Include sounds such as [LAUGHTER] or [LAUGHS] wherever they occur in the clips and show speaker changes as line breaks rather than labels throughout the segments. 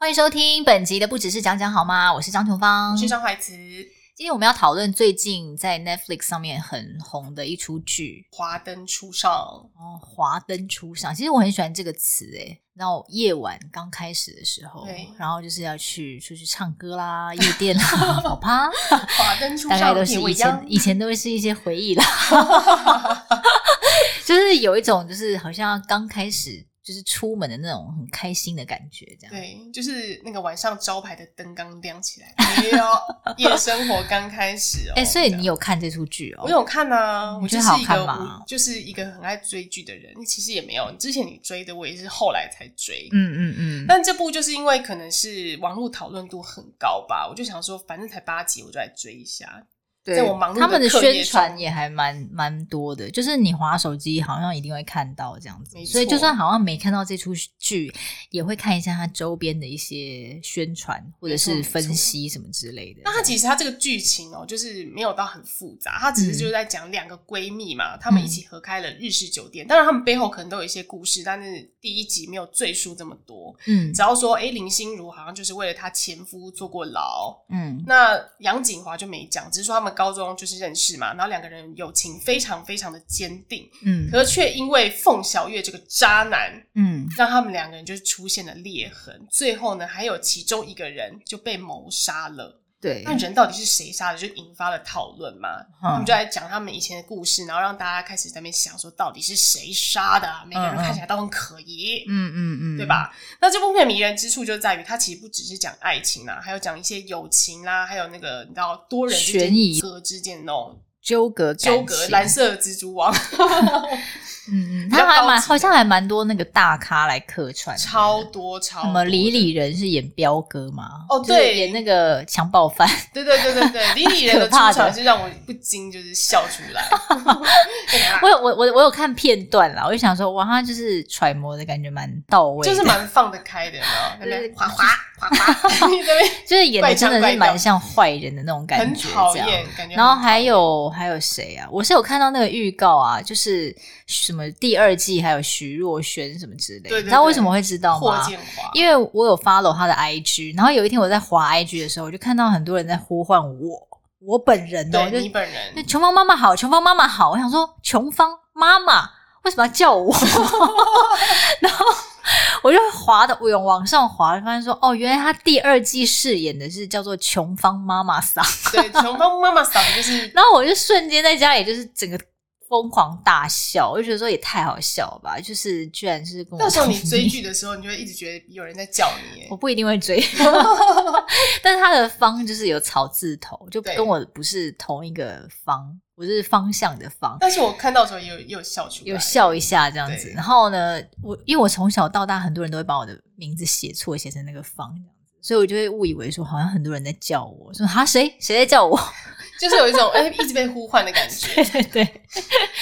欢迎收听本集的不只是讲讲好吗？我是张琼芳，
我是张海慈。
今天我们要讨论最近在 Netflix 上面很红的一出剧
《华灯初上》。
哦，《华灯初上》其实我很喜欢这个词诶。然后夜晚刚开始的时候
对，
然后就是要去出去唱歌啦、夜店
[LAUGHS]
啦、跑趴，
华灯初
大概
上
都是
也未
以前
央
以前都会是一些回
[LAUGHS]
忆啦，就是有一种就是好像刚开始就是出门的那种很开心的感觉，这样。
对，就是那个晚上招牌的灯刚亮起来，也要夜生活刚开始哦。
哎、所以你
有
有看这出剧哦？
我有看啊，
你
我
觉得
就是
好
一
看
个
吗
我就是一个很爱追剧的人。其实也没有，之前你追的我也是后来才追。
嗯，嗯嗯嗯，
但这部就是因为可能是网络讨论度很高吧，我就想说，反正才八集，我就来追一下。在我忙碌的
他们的
课业
宣传也还蛮蛮多的，就是你划手机好像一定会看到这样子
没，错
所以就算好像没看到这出剧，也会看一下它周边的一些宣传或者是
没错
分
没错
析什么之类的。
那它其实它这个剧情哦，就是没有到很复杂，它只是就是在讲两个闺蜜嘛，她、们一起合开了日式酒店。当然，她们背后可能都有一些故事，但是第一集没有赘述这么多。
嗯
只要说，哎、林心如好像就是为了她前夫坐过牢，
嗯
那杨锦华就没讲，只是说他们高中就是认识嘛，然后两个人友情非常非常的坚定，
嗯
可是却因为凤小岳这个渣男，
嗯，
让他们两个人就是出现了裂痕。最后呢，还有其中一个人就被谋杀了。
对，
那人到底是谁杀的，就引发了讨论嘛。他们
嗯
就在讲他们以前的故事，然后让大家开始在那边想说，到底是谁杀的啊？每个人
嗯嗯
看起来都很可疑，
嗯嗯嗯，
对？吧？那这部片迷人之处就在于，它其实不只是讲爱情啦，还有讲一些友情啦，还有那个你知道多人之
悬疑
间、格之间的那种
纠葛感
纠葛。
情
蓝色的蜘
[LAUGHS]
蛛网
嗯嗯，
比较
他还蛮
高级的
好像还蛮多那个大咖来客串的，
超多超
什
多
么李李仁是演彪哥吗？
哦
就是
对
演那个强暴犯。
对对对对
[LAUGHS]
对，李李人的
可
出
怕的
场是让我不禁就是笑出来。
[LAUGHS] 我有我我我有看片段啦，我就想说，哇，他就是揣摩的感觉蛮到位的，
就是蛮放得开的，然后那
就是
边哗哗
[LAUGHS]
哗哗，那边
就是演的真的是
怪腔怪调
蛮像坏人的那种感
很
觉，
讨
这样。
厌，感觉很。
然后还有还有谁啊？我是有看到那个预告啊，就是什么第二季还有徐若瑄什么之类的，
对对
你知道
对
为什么会知道
霍
吗？
建华，
因为我有 follow 他的 IG，然后有一天我在滑 IG 的时候，我就看到很多人在呼唤我，我本人哦，就
对你本人
那琼芳妈妈好，琼芳妈妈好，我想说琼芳妈妈为什么要叫我？ [LAUGHS] 然后我就滑的，我有往上滑，发现说哦，原来她第二季饰演的是叫做琼芳妈妈桑， [LAUGHS]
对琼芳妈妈嗓就是
然后我就瞬间在家里就是整个疯狂大笑，我就觉得说也太好笑了吧，就是居然是跟我
到时候你
同
追剧的时候，你就会一直觉得有人在叫你
我
耶。
不一定会
[LAUGHS]
追，但是他的方就是有草字头，就
对
跟我不是同一个方，我是方向的方。
但是我看到的时候也有也有笑出来，
有笑一下这样子。
对
然后呢，我因为我从小到大，很多人都会把我的名字写错，写成那个方这样子，所以我就会误以为说好像很多人在叫我，说哈谁谁在叫我？ [LAUGHS]
就是有一种哎一直被呼唤的感觉。
对对对，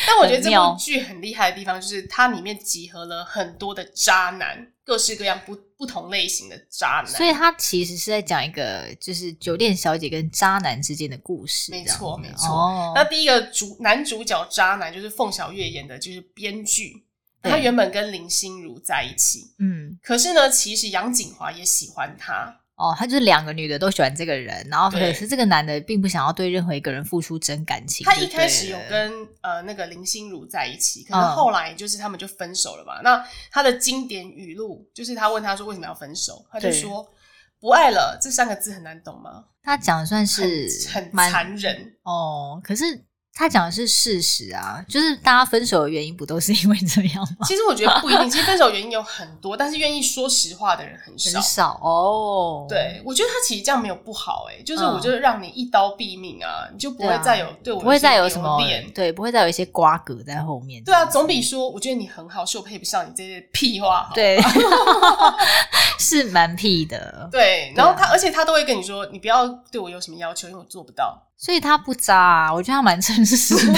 但我觉得这
很妙
部剧很厉害的地方就是它里面集合了很多的渣男，各式各样不不同类型的渣男。
所以他其实是在讲一个就是酒店小姐跟渣男之间的故事这样子，
没错没错
哦
那第一个主男主角渣男就是凤小岳演的，就是编剧。
对
他原本跟林心如在一起，
嗯，
可是呢，其实杨锦华也喜欢他。
哦，他就是两个女的都喜欢这个人，然后可
对
是这个男的并不想要对任何一个人付出真感情。
他
就
一
对
开始有
了
跟呃那个林心如在一起，可
嗯
是后来就是他们就分手了嘛。那他的经典语录就是他问他说为什么要分手，他就
对
说“不爱了”这三个字很难懂吗？
他讲的算
很
是
很
蛮
残忍。
哦，可是他讲的是事实啊，就是大家分手的原因不都是因为这样吗？
其实我觉得不一定，其实分手原因有很多，但是愿意说实话的人 [LAUGHS] 很少
很。少哦。
对，，我觉得他其实这样没有不好、欸，哎，就是
嗯
我觉得让你一刀毙命啊，你就不会再有对我
不会再有什
留
么欸
恋。
对，不会再有一些瓜葛在后面。
对啊，总比 [LAUGHS] 说我觉得你很好，是我配不上你这些屁话好。
对， [LAUGHS] 是蛮屁的。
对，然后他，而且他都会跟你说，你不要对我有什么要求，因为我做不到。
所以他不渣、啊，我觉得他蛮诚实
[LAUGHS]
的。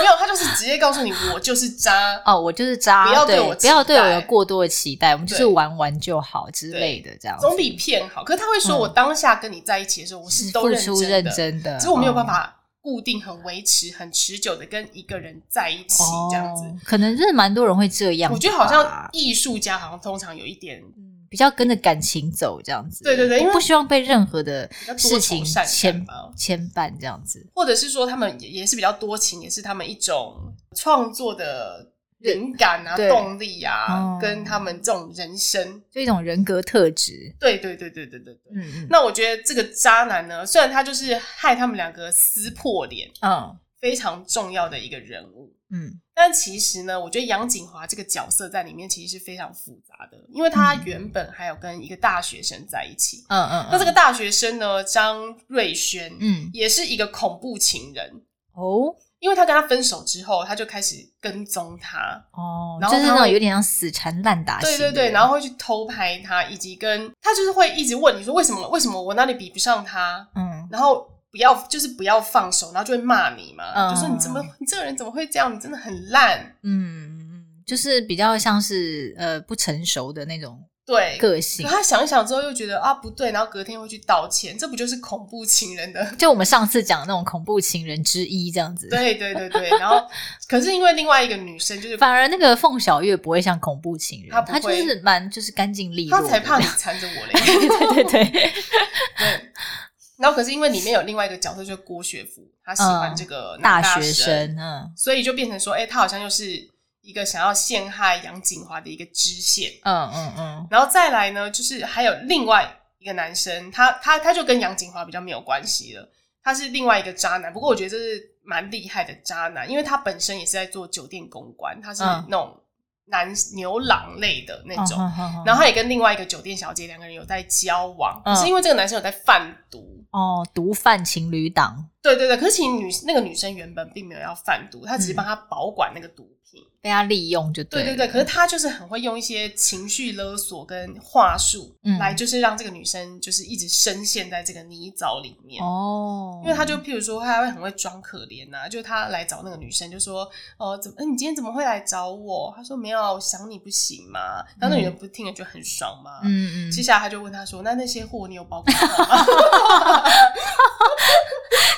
没有，他就是直接告诉你，我就是渣。
哦，我就是渣，
不要
对
对我
不要
期
对我
待
有过多的期待，我们就是
对
玩玩就好之类的，这样子
总比骗好，可是他会说，
嗯
我当下跟你在一起的时候，我
是
都
付
认
出
真
认
的，
真的，
只是我没有办
嗯
法固定、很维持、很持久的跟一个人在一起这样子。
哦可能真的蛮多人会这样吧。
我觉得好像艺术家好像通常有一点
嗯比较跟着感情走这样子。
对对对因为
不希望被任何的
比较多
事情
愁善感
牵
吧，
牵绊这样子。
或者是说他们也也是比较多情，也是他们一种创作的灵感啊、
对
动力啊
哦，
跟他们这种人生。
就一种人格特质。
对对对对对对对。
嗯嗯
那我觉得这个渣男呢，虽然他就是害他们两个撕破脸，
嗯
非常重要的一个人物，
嗯
但其实呢，我觉得杨景华这个角色在里面其实是非常复杂的，因为他原本还有跟一个大学生在一起，
嗯嗯。
那这个大学生呢，张瑞轩，
嗯
也是一个恐怖情人，
哦
因为他跟他分手之后，他就开始跟踪他，
哦，
然后
就是那
他
种
会
有点像死缠烂打型
对
的
对
人。
对，然后会去偷拍他，以及跟他就是会一直问你说为什么为什么我那里比不上他，
嗯
然后。不要，就是不要放手，然后就会骂你嘛，
嗯
就说你怎么，你这个人怎么会这样？你真的很烂，
嗯嗯，就是比较像是呃不成熟的那种
对。
个
可
性。
他想一想之后又觉得啊不对，然后隔天会去道歉，这不就是恐怖情
[LAUGHS]
人的
就我们上次讲的那种恐怖情人之一这样子。
对对对对，然后可是因为另外一个女生就是
反而那个凤小岳不会像恐怖情人，
她
她
不
就
会
是蛮就是干净利落
她
的。
才怕你缠着我嘞，
[LAUGHS]
[LAUGHS]
对对对，
对。然后可是因为里面有另外一个角色就是郭学福，他喜欢这个男
嗯大
大
学生，嗯
所以就变成说，哎、他好像又是一个想要陷害杨景华的一个支线。
嗯嗯嗯，
然后再来呢，就是还有另外一个男生，他他他就跟杨景华比较没有关系了，他是另外一个渣男。不过我觉得这是蛮厉害的渣男，因为他本身也是在做酒店公关，他是
嗯
那种男牛郎类的那种。
哦好好好
然后他也跟另外一个酒店小姐两个人有在交往，可
嗯
是因为这个男生有在贩毒，
哦，毒贩情侣档
对对对，可是其实女那个女生原本并没有要贩毒，她只是帮他保管那个毒品。
被他利用就嗯
对
对
对
了
对，可是他就是很会用一些情绪勒索跟话术，
嗯
来就是让这个女生就是一直深陷在这个泥沼里面。
哦，
因为他就譬如说，他会很会装可怜呐、就他来找那个女生，就说：“哦、怎么、呃你今天怎么会来找我？”他说：“没有啊，我想你不行吗？”然后那女人不是听了就很爽吗？
嗯嗯嗯，是
接下来他就问他说：“那那些货你有包裹好吗？”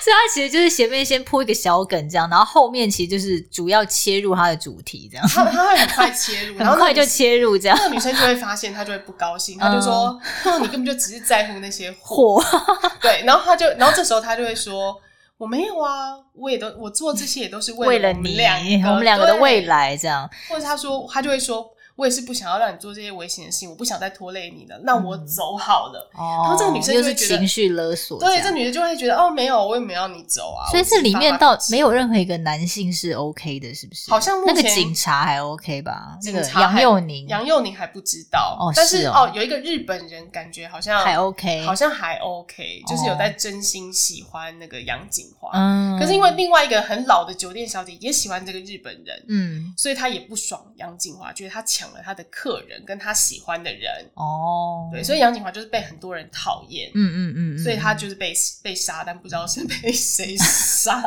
他其实就是前面先铺一个小梗这样，然后后面其实就是主要切入他的主题这样，
他他会很快切入，然后
[LAUGHS] 很
那
快
个
就
女生。
切入这样
那个女生就会发现，她就会不高兴，她就说：“
嗯
[LAUGHS] 哼你根本就只是在乎那些货。”
火，
[LAUGHS] 对，然后他就，然后这时候他就会说：“我没有啊，我也都我做这些也都是
为
了
了
我们
你
两个，
我们两个的
对
未。来这样，”
或者他说，他就会说：“我也是不想要让你做这些危险的事情，我不想再拖累你了，那我
嗯
走好了。
哦，
后这个女生就
又
会
是
觉得
情绪勒索这
对，
样，
这女的就会觉得：“哦，没有，我也没有要你走啊。”
所以
我只
这
是
里
发
面
发
到
脾气
没有任何一个男性是 OK 的，是不是？
好像目
那个
前
警察还 OK 吧？那
警
个
察
杨
还
佑宁
杨佑宁还不知道，
哦
但
是
是
哦
有一个日本人感觉好像
还 OK，
好像还 OK，就是有
哦
在真心喜欢那个杨景华。
嗯，
可是因为另外一个很老的酒店小姐也喜欢这个日本人，
嗯
所以他也不爽杨景华，觉得他抢了他的客人跟他喜欢的人，
哦，
对，所以杨景华就是被很多人讨厌，
嗯嗯嗯，嗯
所以他就是被被杀，但不知道是被
[LAUGHS]
谁杀。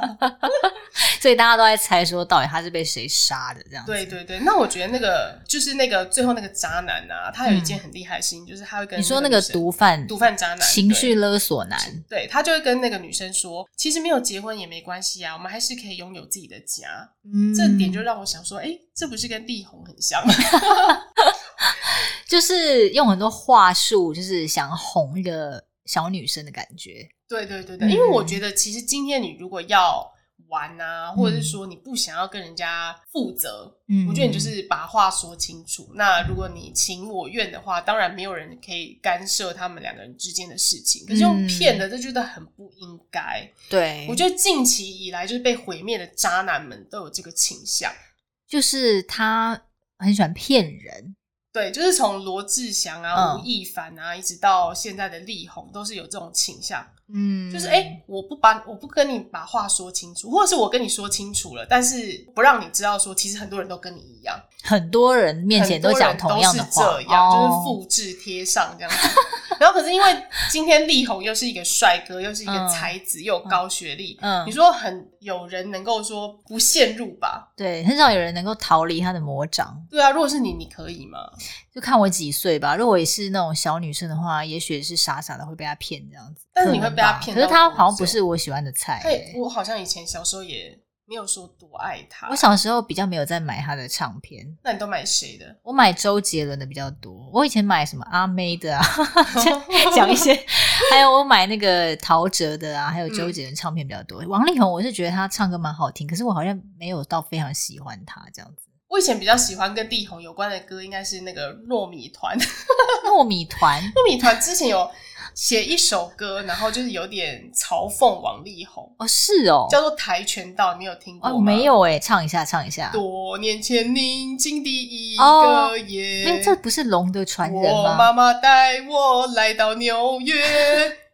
所以大家都在猜说到底他是被谁杀的这样子，
对对对，那我觉得那个就是那个最后那个渣男啊，他有一件很厉害的事情，就是他会跟
嗯你说那个
女生
毒贩
毒贩渣男
情。绪
对
勒索男，
对他就会跟那个女生说，其实没有结婚也没关系啊，我们还是可以拥有自己的家。
嗯
这点就让我想说，哎、这不是跟力宏很像吗？ [LAUGHS]
就是用很多话术，就是想哄一个小女生的感觉，
对对对对，
嗯
因为我觉得其实今天你如果要玩啊，或者是说你不想要跟人家负责，
嗯
我觉得你就是把话说清楚。那如果你情我愿的话，当然没有人可以干涉他们两个人之间的事情。可是用
嗯
骗的，这觉得很不应该。
对，
我
得
觉得近期以来就是被毁灭的渣男们都有这个倾向。
就是他很喜欢骗人，
对，就是从罗志祥啊、
嗯
吴亦凡啊，一直到现在的力宏，都是有这种倾向。
嗯，
就是哎、诶我不把我不跟你把话说清楚，或者是我跟你说清楚了，但是不让你知道说，其实很多人都跟你一样，
很多人面前
很多
讲
人
同样的
都
话，
是这样，就是
哦
复制贴上这样子。然后可是因为今天力宏又是一个帅哥，又是一个
嗯
才子，又有高学历，
嗯
你说很有人能够说不陷入吧？
对，很少有人能够逃离他的魔掌。
对啊，如果是你，你可以吗？
就看我几岁吧，如果我也是那种小女生的话，也许也是傻傻的会被他骗这样子。
但是你
可
会
能
被他
吧？
骗
可是
到
他
多
好像不
久
是我喜欢的菜、
哎、
欸。
我好像以前小时候也没有说多爱他。
我，小时候比较没有在买他的唱片，
那你都买谁的？
我买周杰伦的比较多。我以前买什么阿妹的啊， [LAUGHS] 讲一些，还有我买那个陶喆的啊，还有
嗯
周杰伦唱片比较多。王力宏我是觉得他唱歌蛮好听，可是我好像没有到非常喜欢他这样子。
[LAUGHS] 我以前比较喜欢跟力宏有关的歌，应该是那个糯米团。 [LAUGHS]
糯米团
糯米团之前有写一首歌，然后就是有点嘲讽王力宏，
哦，是哦，
叫做《跆拳道》，你有听过
哦
吗？
没。有哎、唱一下唱一下。
多年前宁静的一
哦
个夜，
那这不是龙的传人
我
吗？
妈妈带我来到纽约，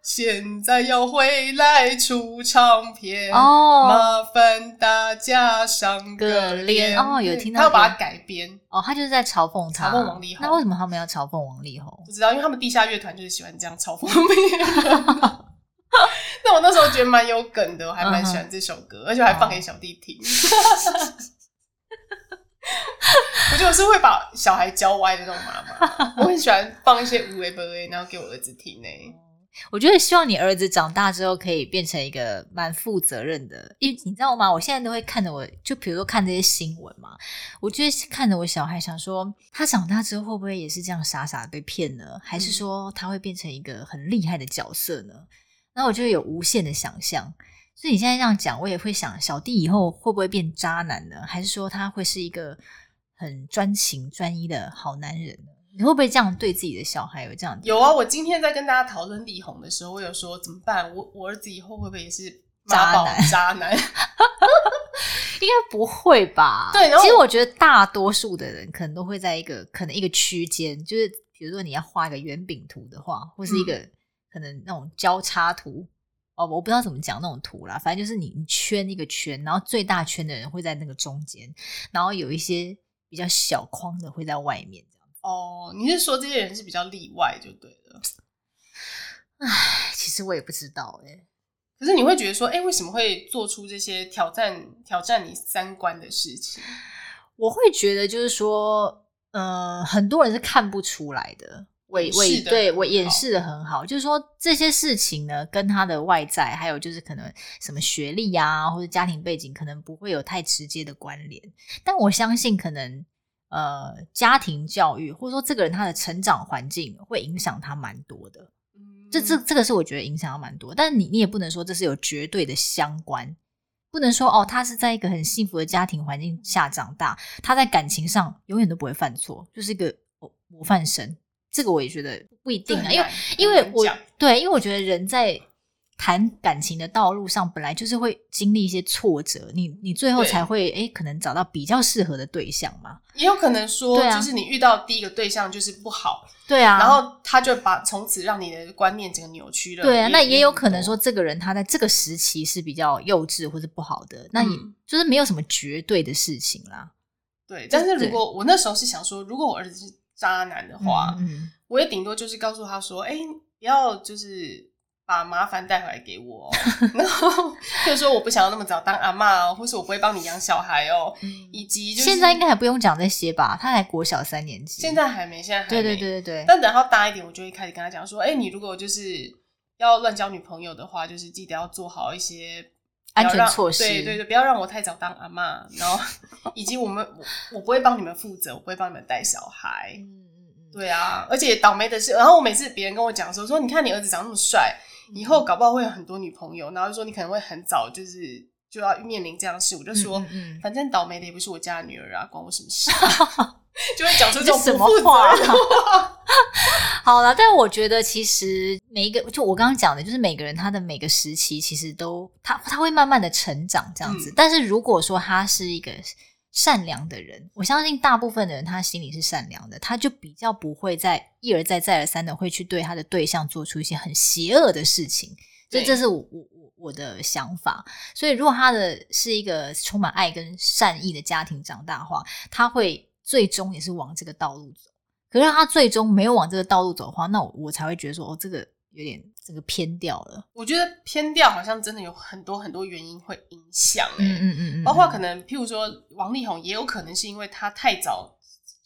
现在要回来出唱片。
哦
麻烦大家上
个
个
脸
脸嗯
哦有听到
他要
这个
把它改编，
哦，他就是在嘲讽他。
嘲讽王力宏
那为什么他们要嘲讽王力宏？
不知道，因为他们地下乐团就是喜欢这样嘲讽别人。 [LAUGHS] 那我那时候觉得蛮有梗的，我还蛮喜欢这首歌，而且我还放给小弟
[LAUGHS]
听。我觉得我是会把小孩教歪的那种妈妈，我很喜欢放一些无为不为，然后给我儿子听欸呢、
我觉得希望你儿子长大之后可以变成一个蛮负责任的，因为你知道吗？我现在都会看着我，就比如说看这些新闻嘛，我就会看着我小孩，想说他长大之后会不会也是这样傻傻地被骗呢？还
嗯
是说他会变成一个很厉害的角色呢？那我就会有无限的想象。所以你现在这样讲，我也会想，小弟以后会不会变渣男呢？还是说他会是一个很专情专一的好男人呢？你会不会这样对自己的小孩有这样的
有啊，我今天在跟大家讨论力宏的时候，我有说怎么办？我我儿子以后会不会也是妈宝
渣男
渣男？
应该不会吧？
对然后
其实我觉得大多数的人可能都会在一个可能一个区间，就是比如说你要画一个圆饼图的话，或是一
嗯
个、可能那种交叉图哦，我不知道怎么讲那种图啦，反正就是你你圈一个圈，然后最大圈的人会在那个中间，然后有一些比较小框的会在外面。
哦，你是说这些人是比较例外就对了？
哎其实我也不知道哎、
可是你会觉得说，哎、为什么会做出这些挑战挑战你三观的事情？
我会觉得就是说，呃，很多人是看不出来的，伪
掩
伪
饰得
对
很
我掩
好
饰的很好，就是说这些事情呢，跟他的外在，还有就是可能什么学历啊，或者家庭背景，可能不会有太直接的关联。但我相信，可能呃，家庭教育或者说这个人他的成长环境会影响他蛮多的。
嗯
这这这个是我觉得影响到蛮多，但你你也不能说这是有绝对的相关，不能说哦，他是在一个很幸福的家庭环境下长大，他在感情上永远都不会犯错，就是一个模模范生。这个我也觉得不一定啊，因为因为我对，因为我觉得人在谈感情的道路上，本来就是会经历一些挫折，你你最后
对
才会诶可能找到比较适合的对象嘛。
也有可能说，
对啊
就是你遇到第一个对象就是不好，
对啊，
然后他就把从此让你的观念整个扭曲了。
对啊，那也有
很
可能说
多，
这个人他在这个时期是比较幼稚或者不好的，那也、
嗯
就是没有什么绝对的事情啦。
对。但是
对
如果我那时候是想说，如果我儿子是渣男的话，
嗯嗯，
我也顶多就是告诉他说，哎、不要就是把麻烦带回来给我哦、然后就是说我不想要那么早当阿嬷哦，或是我不会帮你养小孩哦，以及就
嗯
是
现在应该还不用讲这些吧？他才国小三年级，
现在还没，现在还
对对
没
对对对，
但等到大一点，我就会开始跟他讲说，哎、你如果就是要乱交女朋友的话，就是记得要做好一些。不要
安全
让
措施
对对对，不要让我太早当阿嬷，然后 [LAUGHS] 以及我们我我不会帮你们负责，我不会帮你们带小孩，
嗯嗯嗯，
对啊，而且倒霉的是，然后我每次别人跟我讲说，说你看你儿子长那么帅，嗯
嗯
以后搞不好会有很多女朋友，然后就说你可能会很早就是就要面临这样的事，我就说，
嗯嗯嗯
反正倒霉的也不是我家的女儿啊，关我什
[LAUGHS]
么事、就会讲出这
这
种
什
不
么
负责
话啊
任的话。
[LAUGHS] 好了，但我觉得其实每一个，就我刚刚讲的，就是每个人他的每个时期，其实都他他会慢慢的成长这样子。
嗯
但是如果说他是一个善良的人，我相信大部分的人他心里是善良的，他就比较不会再一而再再而三的会去对他的对象做出一些很邪恶的事情。所以
对
这是我我我我的想法。所以如果他的是一个充满爱跟善意的家庭长大的话，他会最终也是往这个道路走。可是他最终没有往这个道路走的话，那我我才会觉得说，哦，这个有点这个偏掉了。
[LAUGHS] 我觉得偏掉好像真的有很多很多原因会影响、欸，
嗯嗯嗯嗯，
包括可能譬如说王力宏也有可能是因为他太早。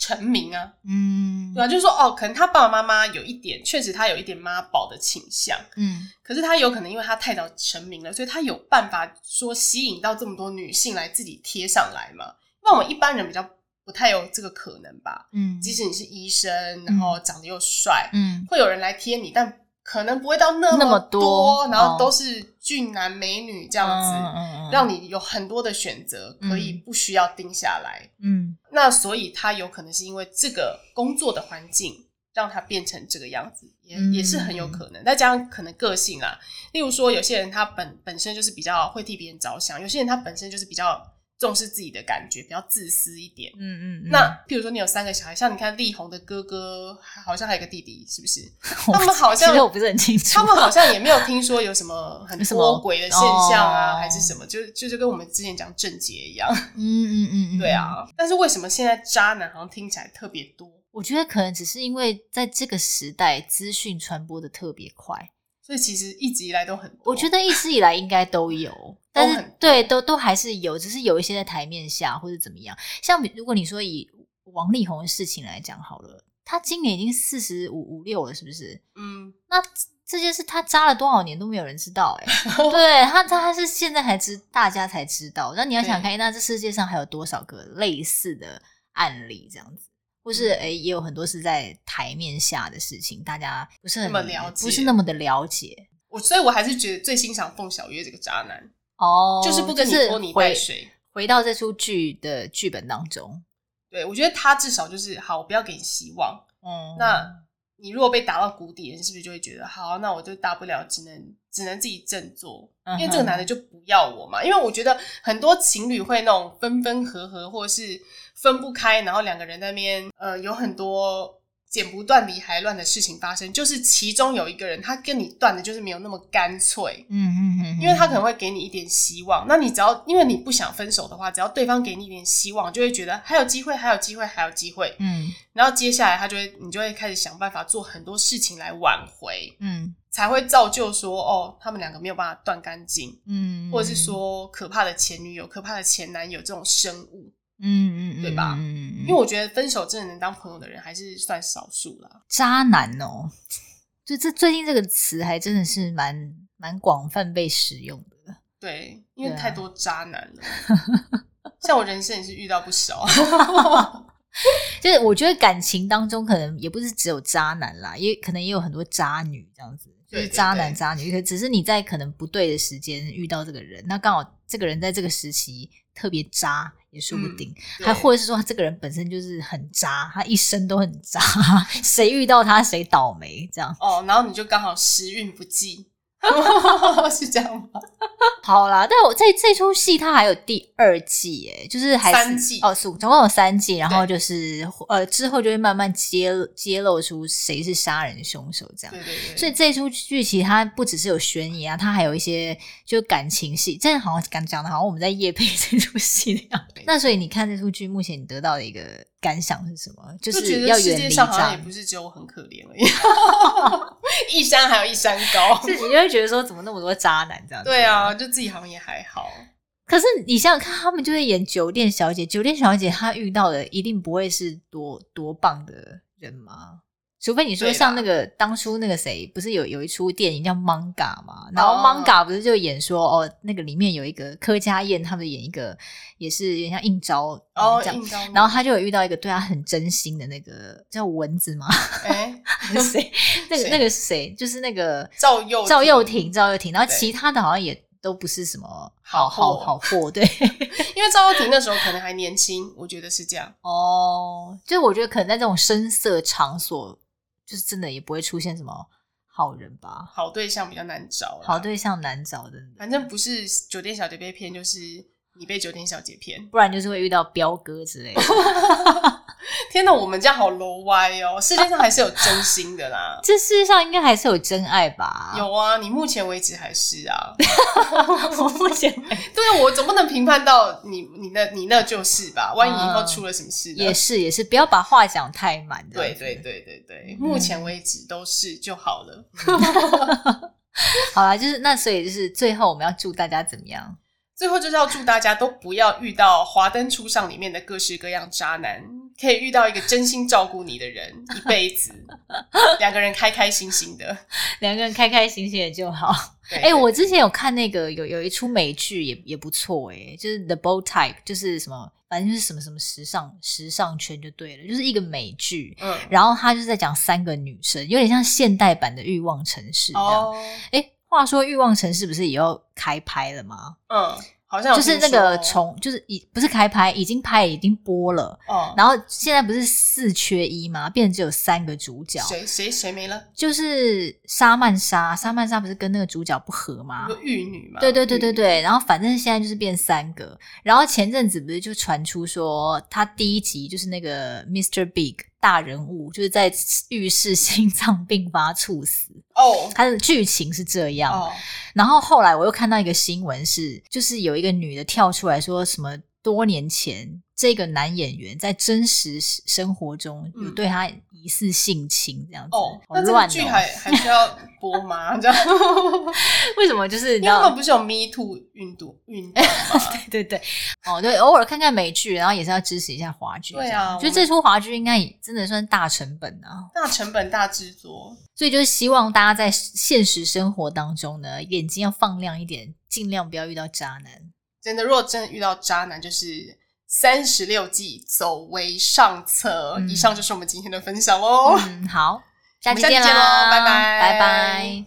成名啊，
嗯
对啊，就是说哦，可能他爸爸妈妈有一点，确实他有一点妈宝的倾向，
嗯
可是他有可能因为他太早成名了，所以他有办法说吸引到这么多女性来自己贴上来嘛？那我们一般人比较不太有这个可能吧。
嗯
即使你是医生，然后长得又帅，
嗯
会有人来贴你，但可能不会到那
那么
多，
多
然
哦
后都是俊男美女这样子，
嗯
让你有很多的选择，可以
嗯
不需要定下来。
嗯
那所以他有可能是因为这个工作的环境让他变成这个样子，也、
嗯
也是很有可能。再加上可能个性啦，例如说有些人他本本身就是比较会替别人着想，有些人他本身就是比较重视自己的感觉，比较自私一点。
嗯嗯， [LAUGHS]
那譬如说你有三个小孩，像你看力宏的哥哥，好像还有一个弟弟，是不是？
我
他们好
其
像
实我不是很清楚，
他
[LAUGHS]
们好像也没有听说有什么很
什么
多鬼的现象啊，
哦
还是什么，就就就跟我们之前讲症结一样。
嗯嗯嗯嗯，
对，啊，但是为什么现在渣男好像听起来特别多？
我觉得可能只是因为在这个时代资讯传播的特别快，
所以其实一直以来都很多。
我觉得一直以来应该都
[LAUGHS]
有，但
哦很
是
多
对都都还是有，只是有一些在台面下或者怎么样。像比如果你说以王力宏的事情来讲好了，他今年已经四十五五六了，是不是？
嗯，
那这这件事他扎了多少年都没有人知
[LAUGHS]
道、哎，对他他他是现在才知大家才知道。那你要想看，那这世界上还有多少个类似的案例这样子？或是
嗯
哎、也有很多是在台面下的事情，大家不是很
那么了解
不是那么的了解
我所以我还是觉得最欣赏凤小岳这个渣男，
哦。
就是不跟你
是
拖泥带
回
水。
回到这出剧的剧本当中，
对，我觉得他至少就是好，我不要给你希望。
嗯
那你如果被打到谷底，你是不是就会觉得好？那我就大不了只能只能自己振作，
嗯哼
因为这个男的就不要我嘛。因为我觉得很多情侣会那种分分合合，或者是分不开，然后两个人在那边呃有很多剪不断理还乱的事情发生，就是其中有一个人他跟你断的就是没有那么干脆。
嗯嗯嗯，
因为他可能会给你一点希望，那你只要因为你不想分手的话，只要对方给你一点希望，就会觉得还有机会，还有机会，还有机会。
嗯
然后接下来他就会，你就会开始想办法做很多事情来挽回，
嗯
才会造就说哦，他们两个没有办法断干净，
嗯，
或者是说可怕的前女友、可怕的前男友这种生物。
嗯嗯嗯，
对吧
嗯嗯嗯，
因为我觉得分手真的能当朋友的人还是算少数啦。
渣男哦，就这最近这个词还真的是蛮蛮广泛被使用的。
对，因为
对啊
太多渣男
[LAUGHS]
了，像我人生也是遇到不少。啊
就是我觉得感情当中可能也不是只有渣男啦，也可能也有很多渣女这样子，就
对
是渣
对
男
对
渣女，可只是你在可能不对的时间遇到这个人，那刚好这个人在这个时期特别渣。也说不
嗯
定，[LAUGHS]
对
还或者是说他这个人本身就是很渣，他一生都很渣， [LAUGHS] 谁遇到他谁倒霉这样。
哦，然后你就刚好时运不济， [LAUGHS] 是这样吗？
好啦，但我这这出戏它还有第二季，哎，就是还是
三季
哦，总总共有三季，然后
对
就是呃之后就会慢慢揭揭露出谁是杀人凶手这样
对。对对，
所以这出剧其实它不只是有悬疑啊，它还有一些就感情戏，真的好像讲讲的好像我们在夜配 [LAUGHS] 这出戏那样
对。
那所以你看这出剧，目前你得到的一个感想是什么？就
就觉
是
得
要
世
远
界
离
上好像
渣
也，不是只有我很可怜而已， [LAUGHS] 一山还有一山
[LAUGHS]
高。
是你就会觉得说怎么那么多渣男这样子？
对啊，就自己好像也还好。
可是你想想看，他们就会演酒店小姐，酒店小姐她遇到的一定不会是多多棒的人吗？除非你说
对啦
像那个当初那个谁，不是有有一出电影叫《Manga》嘛？然后《
哦
Manga》不是就演说哦，那个里面有一个柯佳燕，他们演一个也是有点像应招
哦，
这样
硬刚女。
然后他就有遇到一个对他很真心的那个叫蚊子
[LAUGHS]
吗？
哎，
还是谁？那个
谁
那个是谁？就是那个 [LAUGHS]
赵又
赵又
廷
廷，赵又廷。然后
对
其他的好像也都不是什么
好
好好
货
好货，对。
因为赵又廷那时候可能还年轻，我觉得是这样。
哦，就是我觉得可能在这种深色场所，就是真的也不会出现什么好人吧，
好对象比较难找啦，
好对象难找，真的。
反正不是酒店小姐被骗，就是你被酒店小姐骗。 [LAUGHS]
不然就是会遇到彪哥之类的。。
天哪，我们这样好 low 歪哦！世界上还是有真心的啦
[LAUGHS] 这世界上应该还是有真爱吧？，
有啊，你目前为止还是啊。 [LAUGHS]
我目前
对啊，我总不能评判到你你那你那就是吧？万一以后出了什么事呢？
啊也是也是，不要把话讲太满。这
对
样子
对，对对对，
嗯
目前为止都是就好了。
好啦，就是那所以就是最后我们要祝大家怎么样？
最后就是要祝大家都不要遇到《华灯初上》里面的各式各样渣男，可以遇到一个真心照顾你的人一辈
[LAUGHS]
子，两个人开开心心的。
两个人开开心心的就好。
对
哎、我之前有看那个有有一出美剧也也不错哎、就是《The Bow Type》，就是什么反正就是什么什么时尚时尚圈就对了，就是一个美剧。
对嗯
然后他就是在讲三个女生，有点像现代版的《欲望城市》这样。
哦
哎、话说《欲望城市》不是也要开拍了吗？
嗯，好像有
就是
听
那个
说
从就是已不是开拍，已经拍已经播了。
哦，
然后现在不是四缺一吗？变成只有三个主角，
谁谁谁没了？
就是沙曼莎，沙曼莎不是跟那个主角不合吗
有？玉女嘛？
啊对对对对
玉女，
对，然后反正现在就是变三个，然后前阵子不是就传出说他第一集就是那个 Mr. Big 大人物，就是在浴室心脏病发猝死，
哦
他的剧情是这样。
哦，
然后后来我又看到一个新闻是，就是有一个女的跳出来说什么，多年前这个男演员在真实生活中有
嗯
对她疑似性侵这样子，
哦，
好
那这个
乱
剧
哦！
还还需要播
[LAUGHS]
吗？这样，
为什么就是你
因
知
为他
道
们？不是有 Me Too 运动运
[LAUGHS]
动吗？
对对对，哦对，偶尔看看美剧，然后也是要支持一下华剧这
对
样。
啊
我觉得这出华剧应该也真的算大成本啊，
大成本大制作，
所以就是希望大家在现实生活当中呢，眼睛要放亮一点，尽量不要遇到渣男。
真的，如果真的遇到渣男，就是三十六计，走为上策。
嗯
以哦上就是我们今天的分享喽。
嗯，好，下期
我们下期
见
见
啦，
咯拜拜
拜拜。